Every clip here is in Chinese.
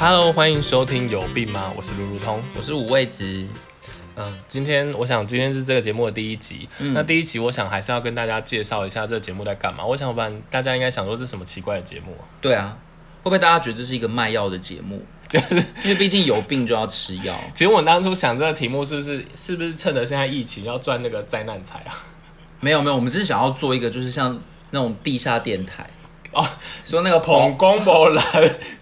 Hello，欢迎收听有病吗？我是路路通。我是五味子，嗯，今天我想今天是这个节目的第一集。嗯那第一集我想还是要跟大家介绍一下这个节目在干嘛。我想不然大家应该想说这是什么奇怪的节目啊、对啊，会不会大家觉得这是一个卖药的节目？就是 因为毕竟有病就要吃药，其实我当初想这个题目是不是是不是趁着现在疫情要赚那个灾难财 啊？没有没有，我们只是想要做一个就是像那种地下电台哦，说那个捧宝公博兰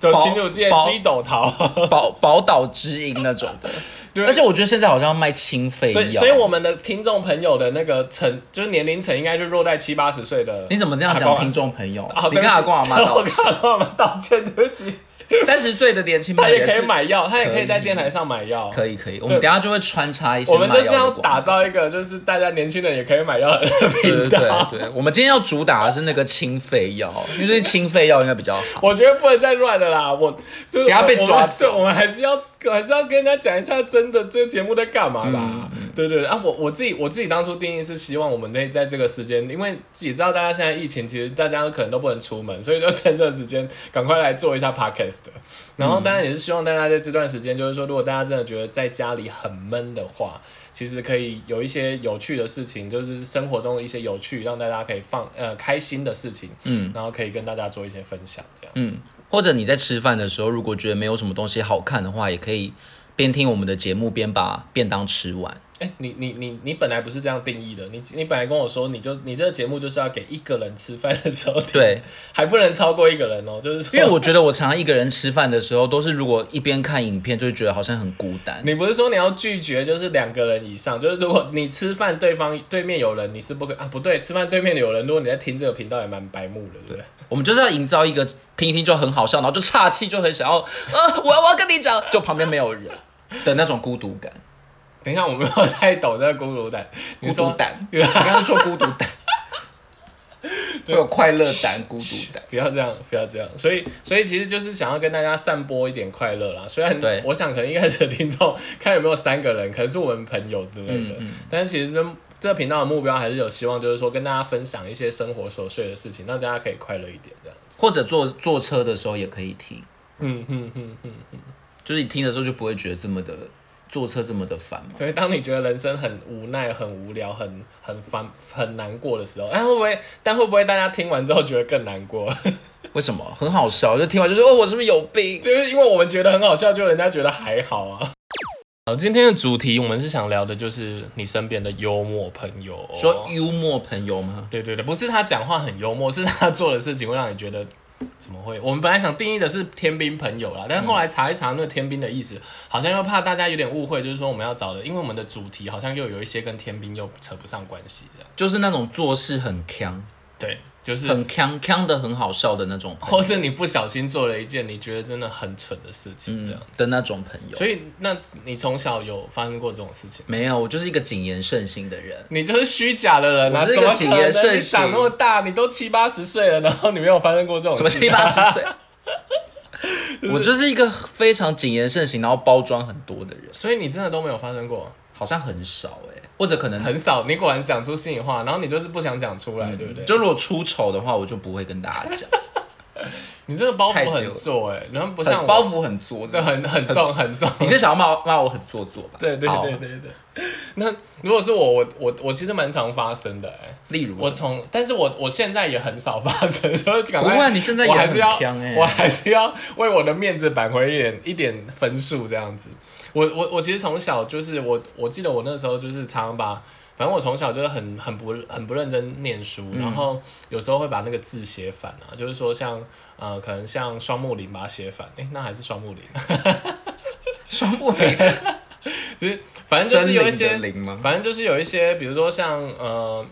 的情侣界包居斗桃，宝宝岛之音那种的，对而且我觉得现在好像要卖清肺所以药，所以我们的听众朋友的那个层就是年龄层应该就落在七八十岁的。你怎么这样阿公讲啊听众朋友？哦你跟阿公阿妈道 我歉，跟阿公阿妈道歉，对不起。三十岁的年轻他朋也友可是以买药，他也可以在可以电台上买药。可以可以，我们等一下就会穿插一些我们就是卖药要的广告打造一个，就是大家年轻人也可以买药的对频对道。对对，我们今天要主打的是那个清肺药，因为最近清肺药应该比较好。 我觉得不能再乱了啦！我就是等下被抓我们对，走 我们还是要还是要跟人家讲一下，真的这个节目在干嘛啦？嗯对对对啊，我我自己我自己当初定义是希望我们可以在这个时间，因为自己知道大家现在疫情，其实大家可能都不能出门，所以就趁这个时间赶快来做一下 podcast。然后当然也是希望大家在这段时间，就是说，如果大家真的觉得在家里很闷的话，其实可以有一些有趣的事情，就是生活中的一些有趣，让大家可以放呃开心的事情，嗯，然后可以跟大家做一些分享，这样。嗯，或者你在吃饭的时候，如果觉得没有什么东西好看的话，也可以边听我们的节目边把便当吃完。哎、你你你你本来不是这样定义的，你你本来跟我说，你就你这个节目就是要给一个人吃饭的时候听，对，还不能超过一个人哦，就是说， 因为我觉得我常常一个人吃饭的时候，都是如果一边看影片，就会觉得好像很孤单。 你不是说你要拒绝就是两个人以上，就是如果你吃饭对方对面有人，你是不可啊不对，吃饭对面有人，如果你在听这个频道也蛮白目的，对不对？我们就是要营造一个听一听就很好笑，然后就岔气，就很想要，呃，我要我要跟你讲，就旁边没有人的那种孤独感。等一下我没有太懂这个孤独感，你孤独说胆，你刚刚说孤独胆， 会有快乐胆、 孤独胆。不要这样，不要这样。所以，所以其实就是想要跟大家散播一点快乐啦。虽然对我想可能一开始的听众看有没有三个人，可能是我们朋友之类的，但是其实这这个频道的目标还是有希望，就是说跟大家分享一些生活琐碎的事情，让大家可以快乐一点这样子。或者坐坐车的时候也可以听，嗯嗯嗯嗯。就是你听的时候就不会觉得这么的坐车这么的烦嘛。所以当你觉得人生很无奈、很无聊、很很烦、很难过的时候，哎、会不会？但会不会大家听完之后觉得更难过？为什么？很好笑，就听完就说哦，我是不是有病？就是因为我们觉得很好笑，就人家觉得还好啊。好，今天的主题我们是想聊的，就是你身边的幽默朋友、说，幽默朋友吗？对对对，不是他讲话很幽默，是他做的事情会让你觉得怎么会？我们本来想定义的是天兵朋友嗯啦，但后来查一查那个天兵的意思，好像又怕大家有点误会，就是说我们要找的，因为我们的主题好像又有一些跟天兵又扯不上关系，这样就是那种做事很强、对，就是哦很强、强的很好笑的那种朋或是你不小心做了一件你觉得真的很蠢的事情，这友样。的那种朋友。所以，那你从小有发生过这种事情吗？没有，我就是一个谨言慎行的人。你就是虚假的人啊！我是怎么一个可谨能？言慎行你长那么大，你都七八十岁了，然后你没有发生过这种什么事七八十 岁？我就是一个非常谨言慎行，然后包装很多的人，所以你真的都没有发生过，好像很少哎、或者可能很少。你果然讲出心里话，然后你就是不想讲出来，嗯对不对？就如果出丑的话，我就不会跟大家讲，你这个包袱太丢很了重哎，然后 不像很我包，袱很做对，作。很很重很重。 你是想要骂骂我很做作吧？ 对对好对，对对。那如果是我，我我我其实蛮常发生的哎。例如我从，但是我我现在也很少发生，所以赶不会快。啊你现在也我还很是要强欸，我还是要为我的面子扳回一点一点分数这样子。我我我其实从小就是我我记得我那时候就是常常把，反正我从小就是很很不很不认真念书，嗯然后有时候会把那个字写反啊，就是说像呃可能像双木林把它写反，诶，那还是双木林， 双木林，就是反正就是 有一森些林的林吗？反正就是有一些，比如说像呃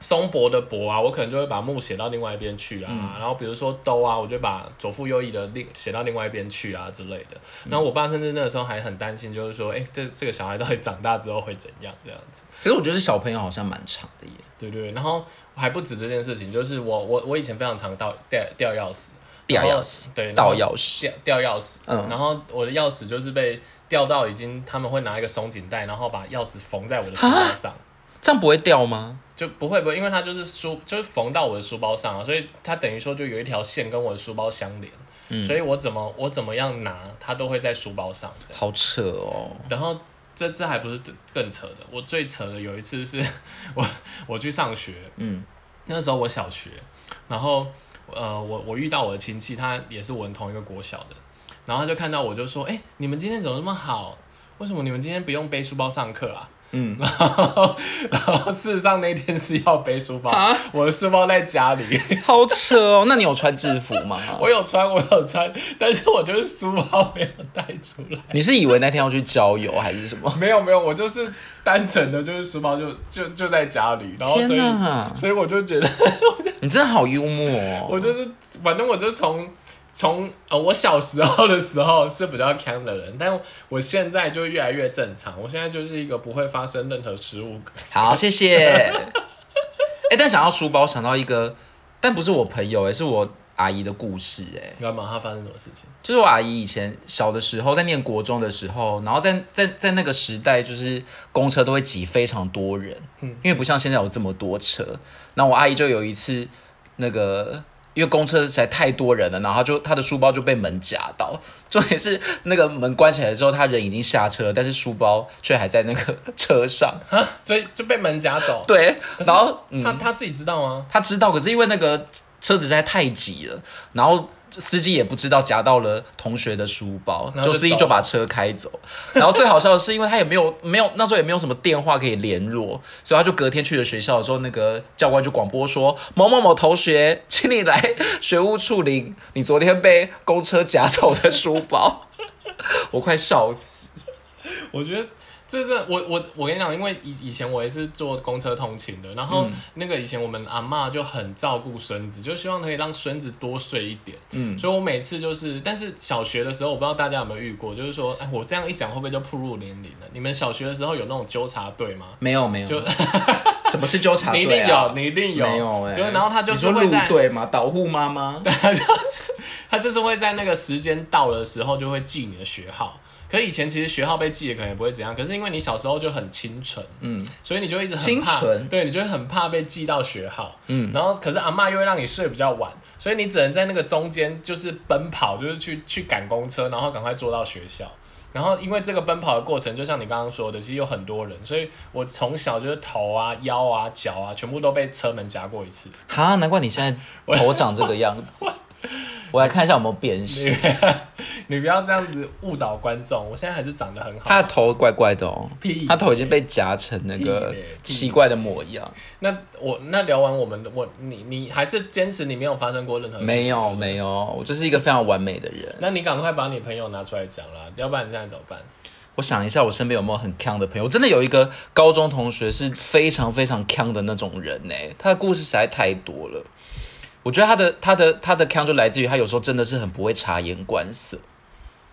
松柏的柏啊，我可能就会把木写到另外一边去啊。嗯然后比如说兜啊，我就把左腹右翼的另写到另外一边去啊之类的。嗯然后我爸甚至那个时候还很担心，就是说，哎、这这个小孩到底长大之后会怎样这样子？可是我觉得小朋友好像蛮长的耶，对对对。然后还不止这件事情，就是我我我以前非常常掉掉掉钥匙，掉然后钥匙，对，然后倒钥匙，掉掉钥匙，嗯然后我的钥匙就是被掉到已经他们会拿一个松紧带，然后把钥匙缝在我的书包上。这样不会掉吗？就不会不会，因为它就是书就是缝到我的书包上啊，所以它等于说就有一条线跟我的书包相连，所以我怎么我怎么样拿，它都会在书包上这样。好扯哦，然后这这还不是更扯的，我最扯的有一次是 我我去上学，嗯，那时候我小学，然后呃我我遇到我的亲戚，他也是我们同一个国小的，然后他就看到我就说，哎、你们今天怎么那么好？为什么你们今天不用背书包上课啊？嗯，然后 事实上那天是要背书包啊，我的书包在家里，好扯哦。那你有穿制服吗？ 我有穿我有穿，但是我就是书包没有带出来。 你是以为那天要去郊游还是什么？ 没有没有，我就是单纯的，就是书包就就就在家里，然后所天以哪所以我就觉得， 你真的好幽默哦。我就是反正我就从从呃我小时候的时候是比较 can 的人，但我现在就越来越正常，我现在就是一个不会发生任何失误。好，谢谢。 哎、但想到书包，想到一个，但不是我朋友、哎，是我阿姨的故事、哎。你干嘛？它发生什么事情？就是我阿姨以前小的时候，在念国中的时候，然后在在在那个时代，就是公车都会挤非常多人，嗯因为不像现在有这么多车。那我阿姨就有一次，那个因为公车实在太多人了，然后她就她的书包就被门夹到， 重点是那个门关起来的时候，她人已经下车了，但是书包却还在那个 车上。所以就被门夹走。对，可是然后嗯他他自己知道吗？他知道，可是因为那个车子实在太挤了，然后司机也不知道夹到了同学的书包，然后就就司机就把车开走。然后最好笑的是，因为他也没有没有那时候也没有什么电话可以联络，所以他就隔天去了学校的时候，那个教官就广播说：“某某某同学，请你来学务处领你昨天被公车夹走的书包。” 我快笑死！我觉得。这这我我我跟你讲，因为以以前我也是坐公车通勤的，然嗯后那个以前我们阿嬷就很照顾孙子，就希望可以让孙子多睡一点。嗯，所以我每次就是，但是小学的时候，我不知道大家有没有遇过，就是说，哎，我这样一讲会不会就暴露年龄了？你们小学的时候有那种纠察队吗？没有没有就，什么是纠察你 一队、啊？定有，你一定有。没有哎、就是然后他就你是说会路在，队吗？导护妈妈？他就是会在那个时间到的时候就会记你的学号。可以前其实学号被记的可能也不会怎样，可是因为你小时候就很清纯，嗯，所以你就一直很清怕，纯对你就会很怕被记到学号，嗯，然后可是阿嬷又会让你睡比较晚，所以你只能在那个中间就是奔跑，就是去去赶公车，然后赶快坐到学校。然后因为这个奔跑的过程，就像你刚刚说的，其实有很多人，所以我从小就是头啊、腰啊、脚啊，全部都被车门夹过一次。哈，难怪你现在头长这个样子。 我来看一下有没有变你形。不要你不要这样子误导观众，我现在还是长得很好。他的头怪怪的哦屁，他头已经被夹成那个屁嘞屁奇怪的模样。那我那聊完我们的我你你还是坚持你没有发生过任何事情没有对不对没有，我就是一个非常完美的人。那你赶快把你朋友拿出来讲啦，要不然你现在怎么办？我想一下，我身边有没有很强的朋友？我真的有一个高中同学是非常非常强的那种人呢、他的故事实在太多了。我觉得他的他的他的强就来自于他有时候真的是很不会察言观色。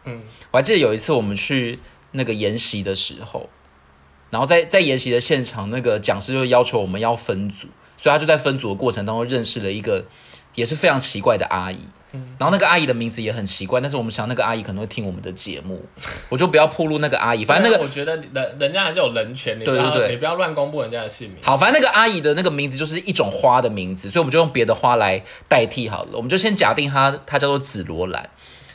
嗯，我还记得有一次我们去那个研习的时候，然后在在研习的现场，那个讲师就要求我们要分组，所以他就在分组的过程当中认识了一个也是非常奇怪的阿姨。然后那个阿姨的名字也很奇怪，但是我们想那个阿姨可能会听我们的节目，我就不要铺露那个阿姨。反正那对个啊我觉得人人家还是有人权，你不对要对对你不要乱公布人家的姓名。好，反正那个阿姨的那个名字就是一种花的名字，所以我们就用别的花来代替好了。我们就先假定她她叫做紫罗兰。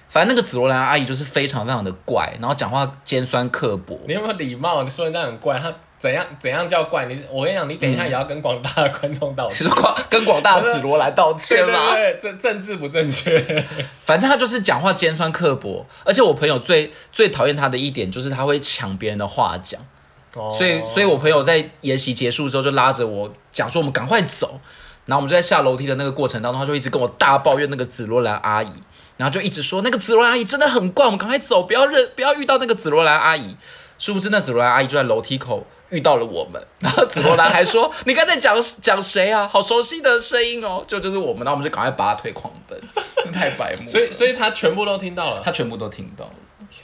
反正那个紫罗兰阿姨就是非常非常的怪，然后讲话尖酸刻薄。你有没有礼貌？你说人家很怪，他怎样怎样叫怪？你我跟你讲，你等一下也要跟广大的观众道 是歉。广跟广大的紫罗兰道对歉对吗？对，政政治不正确。反正他就是讲话尖酸刻薄，而且我朋友最最讨厌他的一点就是他会抢别人的话讲。 所以，哦所以我朋友在研习结束之后就拉着我讲说，我们赶快走。然后我们就在下楼梯的那个过程当中，他就一直跟我大抱怨那个紫罗兰阿姨，然后就一直说那个紫罗兰阿姨真的很怪，我们赶快走，不要认，不要遇到那个紫罗兰阿姨。殊不知那紫罗兰阿姨就在楼梯口遇到了我们，然后紫罗兰还说：“你刚才讲讲谁啊？好熟悉的声音哦！”就就是我们，然后我们就赶快拔腿狂奔，真的太白目 了。所以所以他全部都听到了。他全部都听到了。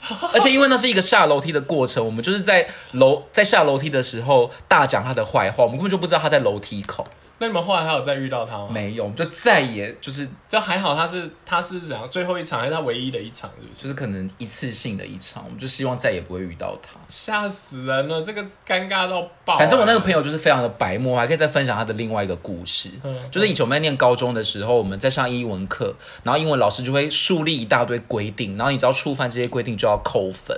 而且因为那是一个下楼梯的过程，我们就是在楼在下楼梯的时候大讲他的坏话，我们根本就不知道他在楼梯口。那你们后来还有再遇到他吗？没有，就再也就是就还好，他是他是怎样？最后一场还是他唯一的一场，是不是？就是可能一次性的一场，我们就希望再也不会遇到他。吓死人了，这个尴尬到爆、啊反正我那个朋友就是非常的白目，我还可以再分享他的另外一个故事，嗯就是以前我们在念高中的时候，我们在上英文课，然后英文老师就会树立一大堆规定，然后你只要触犯这些规定就要扣分。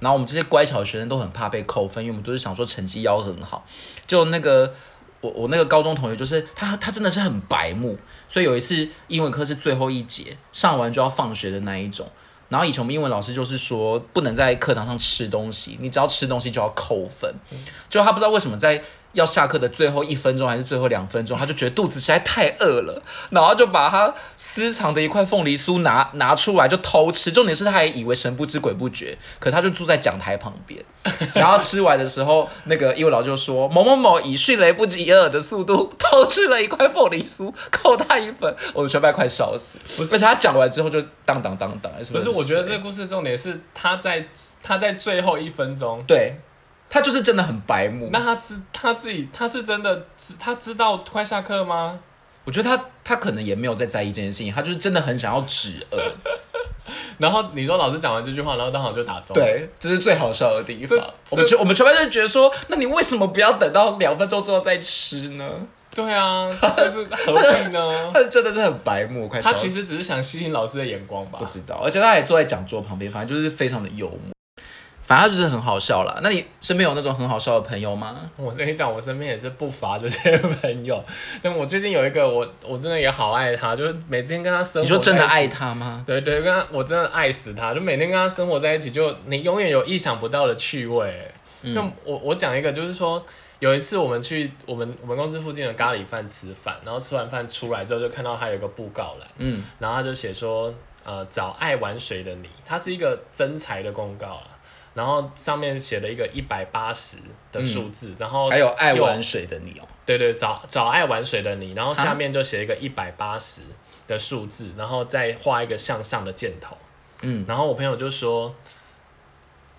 然后我们这些乖巧的学生都很怕被扣分，因为我们都是想说成绩要很好。就那个我我那个高中同学，就是他他真的是很白目，所以有一次英文课是最后一节，上完就要放学的那一种。然后以前我们英文老师就是说，不能在课堂上吃东西，你只要吃东西就要扣分。就他不知道为什么在要下课的最后一分钟还是最后两分钟，他就觉得肚子实在太饿了，然后就把他私藏的一块凤梨酥拿拿出来就偷吃。重点是他还以为神不知鬼不觉，可他就住在讲台旁 边。然后吃完的时候，那个英文老师就说某某某以迅雷不及掩耳的速度偷吃了一块凤梨酥，扣他一分。我们全班快笑死。而且他讲完之后就当当当当，不是，我觉得这这个故事重点是他在他在最后一分钟，对他就是真的很白目。那他知他自己他是真的知他知道快下课吗？我觉得他他可能也没有在在意这件事情，他就是真的很想要止饿，然后你说老师讲完这句话，然后刚好就打钟，，对，这是最好笑的地这方。我们这全我们全班就觉得说，那你为什么不要等到两分钟之后再吃呢？对啊，就是何必 呢？他真的是很白目，快笑他死其实只是想吸引老师的眼光吧不。知道，而且他还坐在讲桌旁边，反正就是非常的幽默，反正他就是很好笑啦。那你身边有那种很好笑的朋友吗？我跟你讲，我身边也是不乏这些朋友，但我最近有一个我我真的也好爱他，就是每天跟他生活。你说真的爱？他吗？对对，跟他我真的爱死他，就每天跟他生活在一起，就你永远有意想不到的趣味。嗯那、我我讲一个，就是说有一次我们去我们我们公司附近的咖喱饭吃饭，然后吃完饭出来之后就看到他有一个布告栏，嗯，然后他就写说，呃，找爱玩水的你，它是一个真才的公告啊。然后上面写了一个一百八十的数字，然后嗯还有爱又玩水的你哦、对对，找找爱玩水的你，然后啊下面就写一个一百八十的数字，然后再画一个向上的箭头。嗯，然后我朋友就说：“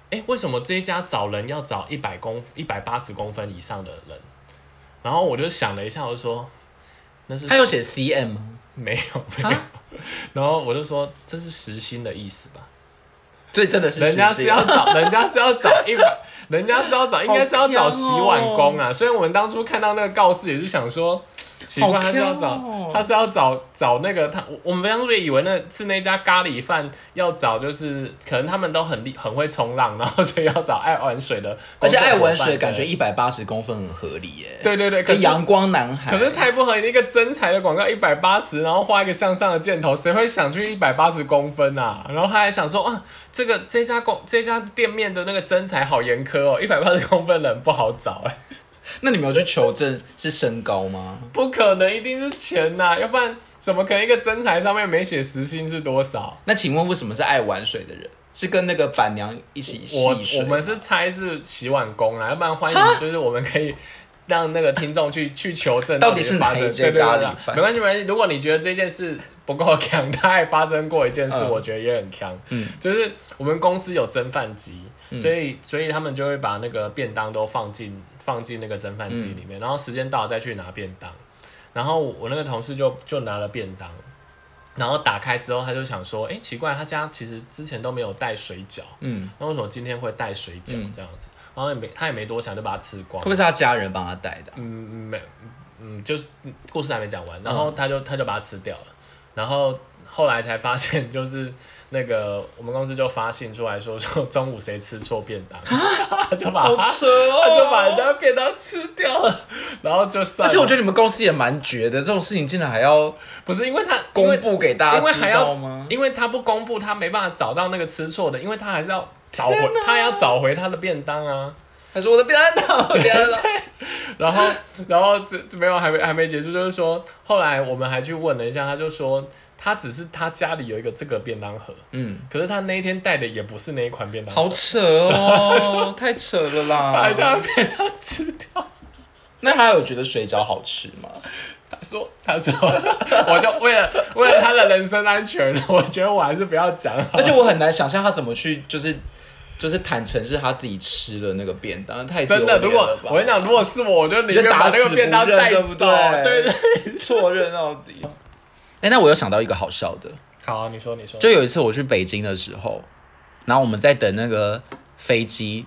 哎，为什么这一家找人要找一百公一百八十公分以上的人？”然后我就想了一下，我就说：“那是他有啊写 CM 吗？没有没有。 然后我就说：“这是实心的意思吧？”所以真的是啊人家实是习要找， 人家是要找一百，人家是要找，应该是要找洗碗工哦啊。所以我们当初看到那个告示，也是想说，奇怪，好他是要强哦找，他是要找找那个他，我我们当初也以为那是那家咖喱饭要找，就是可能他们都很厉很会冲浪，然后所以要找爱玩水的，而且爱玩水感觉。一百八十公分很合理耶、对对对，可跟是阳光男孩。可是太不合理，一个真材的广告一百八十，然后画一个向上的箭头，谁会想去一百八十公分啊？然后他还想说，哇，这个这家公这家店面的那个真材好严苛哦，一百八十公分的人不好找哎、那你们有去求证是身高吗？不可能，一定是钱呐、要不然怎么可能一个真材上面没写时薪是多少？那请问为什么是爱玩水的人？是跟那个板娘一起戏我水？我们是猜是洗碗工啦，要不然欢迎哈就是我们可以。让那个听众去去求证到底是发哪生一对间对对咖喱对饭没关系没关系。如果你觉得这件事不够强， 它还发生过一件事，嗯我觉得也很强。嗯，就是我们公司有蒸饭机，所以所以他们就会把那个便当都放进放进那个蒸饭嗯机里面，然后时间到了再去拿便当。然后我那个同事就就拿了便当，然后打开之后他就想说，哎、奇怪，他家其实之前都没有带水饺，嗯，那为什么今天会带水饺这样子？然后也没他也没多想，就把它吃光会不。会是他家人帮他带的啊、嗯，没，嗯，就是嗯故事还没讲完，然后他就他就把它吃掉了，然后后来才发现， 就是那个我们公司就发信出来说 说中午谁吃错便当，啊 就把他扯哦他就把人家便当吃掉了，然后就算而了。且我觉得你们公司也蛮绝的，这种事情竟然还要不是因为他因为公布给大因为家还知要道吗？因为他不公布，他没办法找到那个吃错的，因为他还是要找回，他要找回他的便当啊。他说我的便当呢，我的便当呢。然后，然后这这没有还没还没结束，就是说，后来我们还去问了一下，他就说他只是他家里有一个这个便当盒，嗯，可是他那一天带的也不是那一款便当盒，好啊扯 哦，太扯了把人家啦。的便当吃掉。那他有觉得水饺好吃吗？他说，他说， 我就为了为 了他的人身安全，我觉得我还是不要讲好了。而且我很难想象他怎么去就是就是坦诚是他自己吃了那个便当，太丢真脸了的，吧如果我跟你讲，如果是我，我就宁你就愿打把死那个便当不认带对不走。对对对， 错认到底。哎、那我又想到一个好笑的，好，你说你说，就有一次我去北京的时候，然后我们在等那个飞机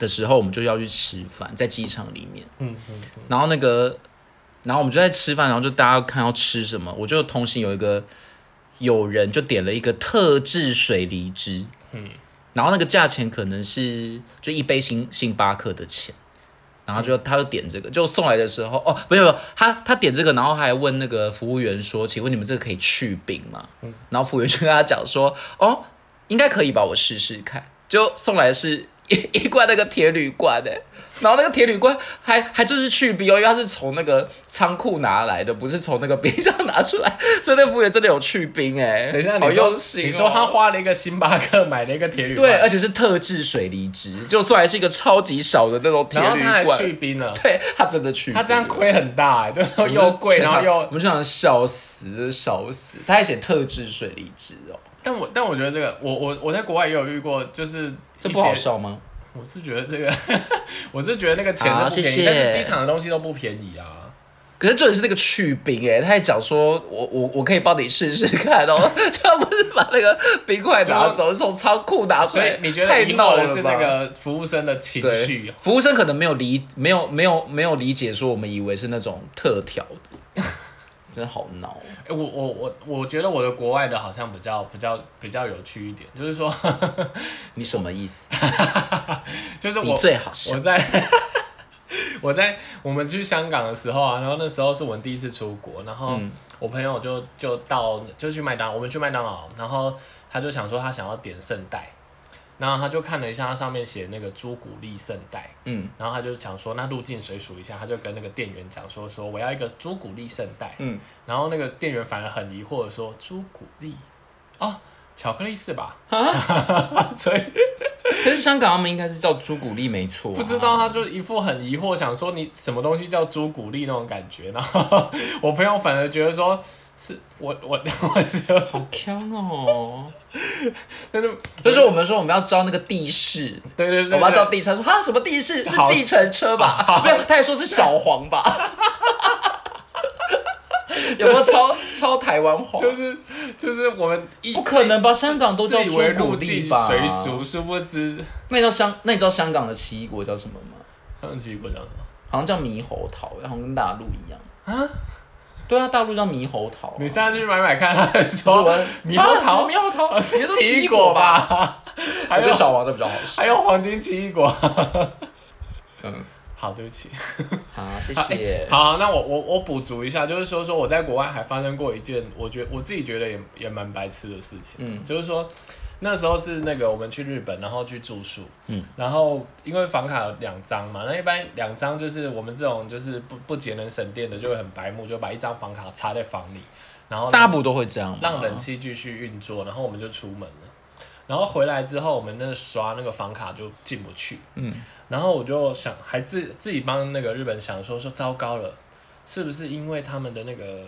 的时候，我们就要去吃饭，在机场里面。嗯嗯嗯，然后那个，然后我们就在吃饭，然后就大家看要吃什么，我就同行有一个有人就点了一个特制水梨汁，嗯嗯，然后那个价钱可能是就一杯星星巴克的钱，然后就他就点这个，就送来的时候哦，没有没有，他他点这个，然后还问那个服务员说，请问你们这个可以去冰吗？嗯然后服务员就跟他讲说，哦，应该可以吧，我试试看，就送来的是。 一一罐那个铁铝罐哎、然后那个铁铝罐还还真是去冰哦，因为它是从那个仓库拿来的，不是从那个冰箱拿出来，所以那服务员真的有去冰哎、等一下，好你说用心哦、你说他花了一个星巴克买了一个铁铝罐，对，而且是特制水梨汁，就算是一个超级小的那种铁然后铝他还罐，去冰了，对他真的 去，他这样亏很大哎，就是我们又就贵，全然场后又我们就想笑死，笑死，他还写特制水梨汁哦，但我但我觉得这个，我我我在国外也有遇过，就是这一不好些。笑吗？我是觉得这个， 我是觉得那个钱好是不便宜，谢谢但是机场的东西都不便宜啊。可是重点是那个去冰哎、他还讲说我我我可以帮你试试看 哦，他不是把那个冰块拿走，是从仓库拿出所来，以你觉得太赢闹过了的是吧那个服务生的情绪哦对，，服务生可能没有理，没有没有没有理解说我们以为是那种特调的， 真的好闹哦。欸我我我我觉得我的国外的好像比较比较比较有趣一点，就是说 你什么意思？就是你我最好笑我。在我在我们去香港的时候啊，然后那时候是我们第一次出国，然后嗯我朋友就就到就去麦当劳，我们去麦当劳，然后他就想说他想要点圣代，然后他就看了一下它上面写那个朱古力圣代，嗯然后他就想说那入境水数一下，他就跟那个店员讲说说我要一个朱古力圣代，嗯，然后那个店员反而很疑惑的说：“朱古力哦，巧克力是吧？”啊 所以可是香港他们应该是叫朱古力没错、啊不知道，他就一副很疑惑，想说你什么东西叫朱古力那种感觉。然后我朋友反而觉得说是我 我我 是，好强哦。但是就是我们说我们要招那个地势，对对对我对，们要招地势，他说哈什么地势是好计程车吧？没有，他还说是小黄 吧。有没有超超台湾黄？就是就是我们一不可能吧？香港都自叫以朱为古入力境 吧？水俗，殊不知那你知道香那你知道香港的奇异果叫什么吗？上期不讲什么好像叫猕猴桃，好像跟大陆一样。啊？对啊，大陆叫猕猴桃啊。你下次去买买看，他会不是说我猕猴啊什桃么猕猴桃，你是说奇异异果吧？吧？我还觉有得小王的比较好吃。还有黄金奇异果。嗯，好，对不起。好，哎谢好谢 欸。好，那我我我补足一下，就是说说我在国外还发生过一件，我觉我自己觉得也也蛮白痴的事情。嗯就是说那时候是那个我们去日本，然后去住宿，嗯，然后因为房卡有两张嘛，那一般两张就是我们这种就是不不节能省电的就会很白目，就把一张房卡插在房里，然后大部都会这样吗，让冷气继续运作，然后我们就出门了。然后回来之后，我们那个刷那个房卡就进不去。嗯，然后我就想，还自自己帮那个日本想说说，糟糕了，是不是因为他们的那个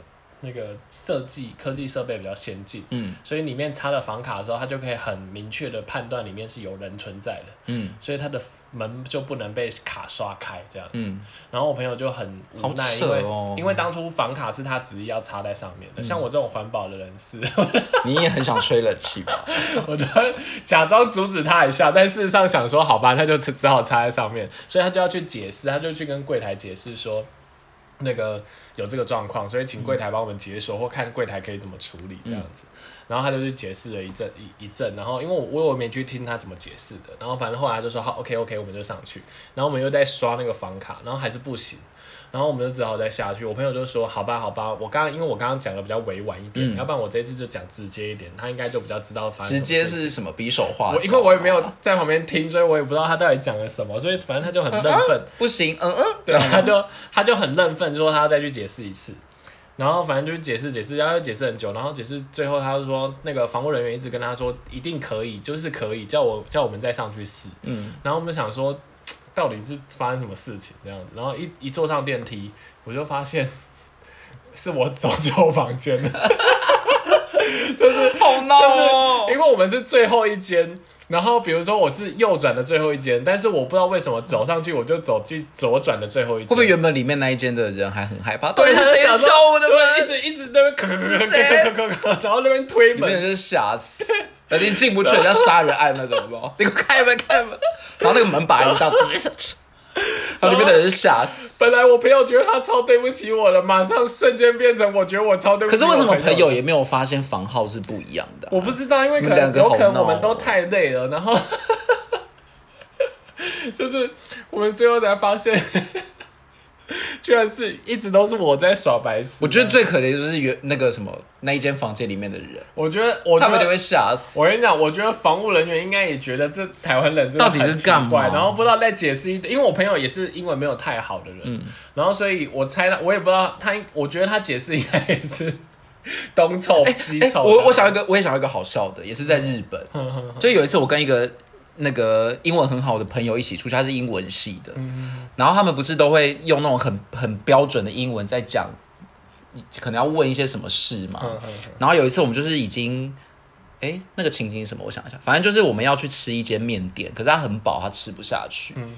那个设计科技设备比较先进，嗯所以里面插了房卡的时候，它就可以很明确的判断里面是有人存在的，嗯所以它的门就不能被卡刷开这样子。嗯，然后我朋友就很无奈，好扯因为、哦因为当初房卡是他执意要插在上面的，像我这种环保的人士，你也很想吹冷气吧？ 我就假装阻止他一下，但事实上想说好吧，他就只只好插在上面，所以他就要去解释，他就去跟柜台解释说。那个有这个状况，所以请柜台帮我们解锁，或看柜台可以怎么处理这样子。然后他就去解释了一阵一一阵，然后因为我我也没去听他怎么解释的，然后反正后来他就说好 OK OK，我们就上去，然后我们又在刷那个房卡，然后还是不行，然后我们就只好再下去。我朋友就说好吧好吧，我刚刚因为我刚刚讲的比较委婉一点，要不然我这次就讲直接一点，他应该就比较知道发生直什么接事情 是什么匕首画？啊我因为我也没有在旁边听，所以我也不知道他到底讲了什么，所以反正他就很认愤，不行，嗯嗯， 对，他就他就很认愤，说他要再去解释一次，然后反正就是解释解释，然后又解释很久，然后解释最后他就说那个防务人员一直跟他说一定可以，就是可以，叫我叫我们再上去试，嗯，然后我们想说到底是发生什么事情这样子，然后一一坐上电梯，我就发现 是我走错房间了。好闹哦就是因为为我们是最后一间，然后比如说我是右转的最后一间，但是我不知道为什么走上去我就走进左转的最后一会不间。会原本里面那一间的人还很害怕？对，他到底就是想说谁敲我的对门？一直一直在那边咳咳咳咳咳咳咳咳，然后那边推里面门人，就是吓死， 有点进不去，很像杀人案那种，有没 有？你给我开门，开门！哦然后那个门把 一到，然后里面的人就吓死。本来我朋友觉得他超对不起我了，马上瞬间变成我觉得我超对不起可是我为什么朋朋友也没有发现房号是不一样的啊、我不知道，因为可你们两能个有可好能闹哦我们都太累了，然后就是我们最后才发现，居然是一直都是我在耍白痴。我觉得最可怜就是原那个什么那一间房间里面的人，我觉得，我他觉们就得，会吓死。我跟你讲，我觉得防务人员应该也觉得这台湾人真的到底很是奇干嘛怪，然后不知道在解释一，因为我朋友也是英文没有太好的人，嗯然后所以我猜到，我也不知道他，我觉得他解释应该也是 东凑西哎凑的、我我想一个，我也想一个好笑的，也是在日本， 就有一次我跟一个那个英文很好的朋友一起出去，他是英文系的，然后他们不是都会用那种很很标准的英文在讲，可能要问一些什么事嘛，嗯，嗯嗯然后有一次我们就是已经，哎、那个情景是什么？我想一下，反正就是我们要去吃一间面店，可是他很饱，他吃不下去，嗯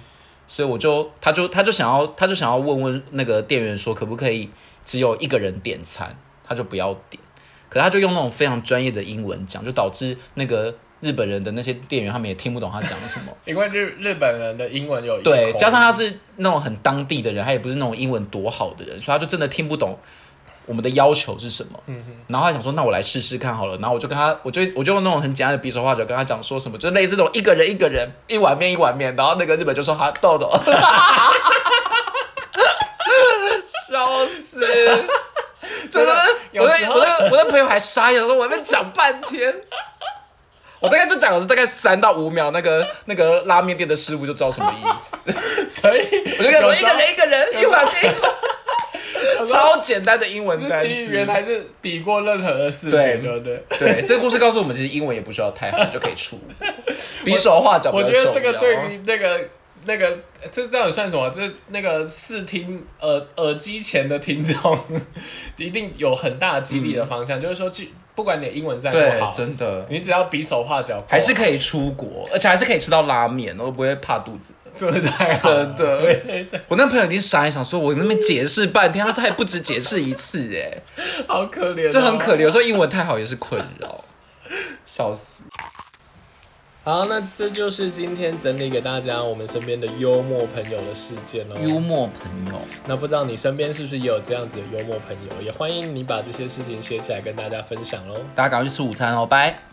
所以我就，他就他就想要，他就想要问问那个店员说，可不可以只有一个人点餐，他就不要点，可是他就用那种非常专业的英文讲，就导致那个日本人的那些店员他们也听不懂他讲什么。因为日日本人的英文有一个对，口加上音他是那种很当地的人，他也不是那种英文多好的人，所以他就真的听不懂我们的要求是什么。嗯然后他想说，那我来试试看好了。然后我就跟他，我就我就用那种很简单的比手画脚跟他讲说什么，就类似那种一个人一个人一碗面一碗面。然后那个日本就说他 豆豆，笑死！真的，有我的时候我的我的朋友还傻眼，说我在那边讲半天。我大概就讲了大概三到五秒，那个那个拉面店的师傅就知道什么意思。所以我就跟他有说一时个候人一个人一碗 面，有时候超简单的英文单肢体语言词。还是抵过任何的事情，对对不对？ 对，这个故事告诉我们，其实英文也不需要太好就可以出，比手画脚比我较觉重要。得这个对于那个那个这这到底算什么？这那个试听耳耳机前的听众， 一定有很大的激励的方向，就是说，去不管你的英文再多嗯对好，真的你只要比手画脚， 还是可以出国，而且还是可以吃到拉面，我都不会怕肚子。真的太好了 真 的对对对，我那朋友已经傻眼，想说我那边解释半天，他他也不止解释一次，哎， 好可怜、哦，这很可怜。有时候英文太好也是困扰， 笑死。好，那这就是今天整理给大家我们身边的幽默朋友的事件喽。幽默朋友，那不知道你身边是不是也有这样子的幽默朋友？也欢迎你把这些事情写起来跟大家分享喽。大家赶快去吃午餐哦，拜。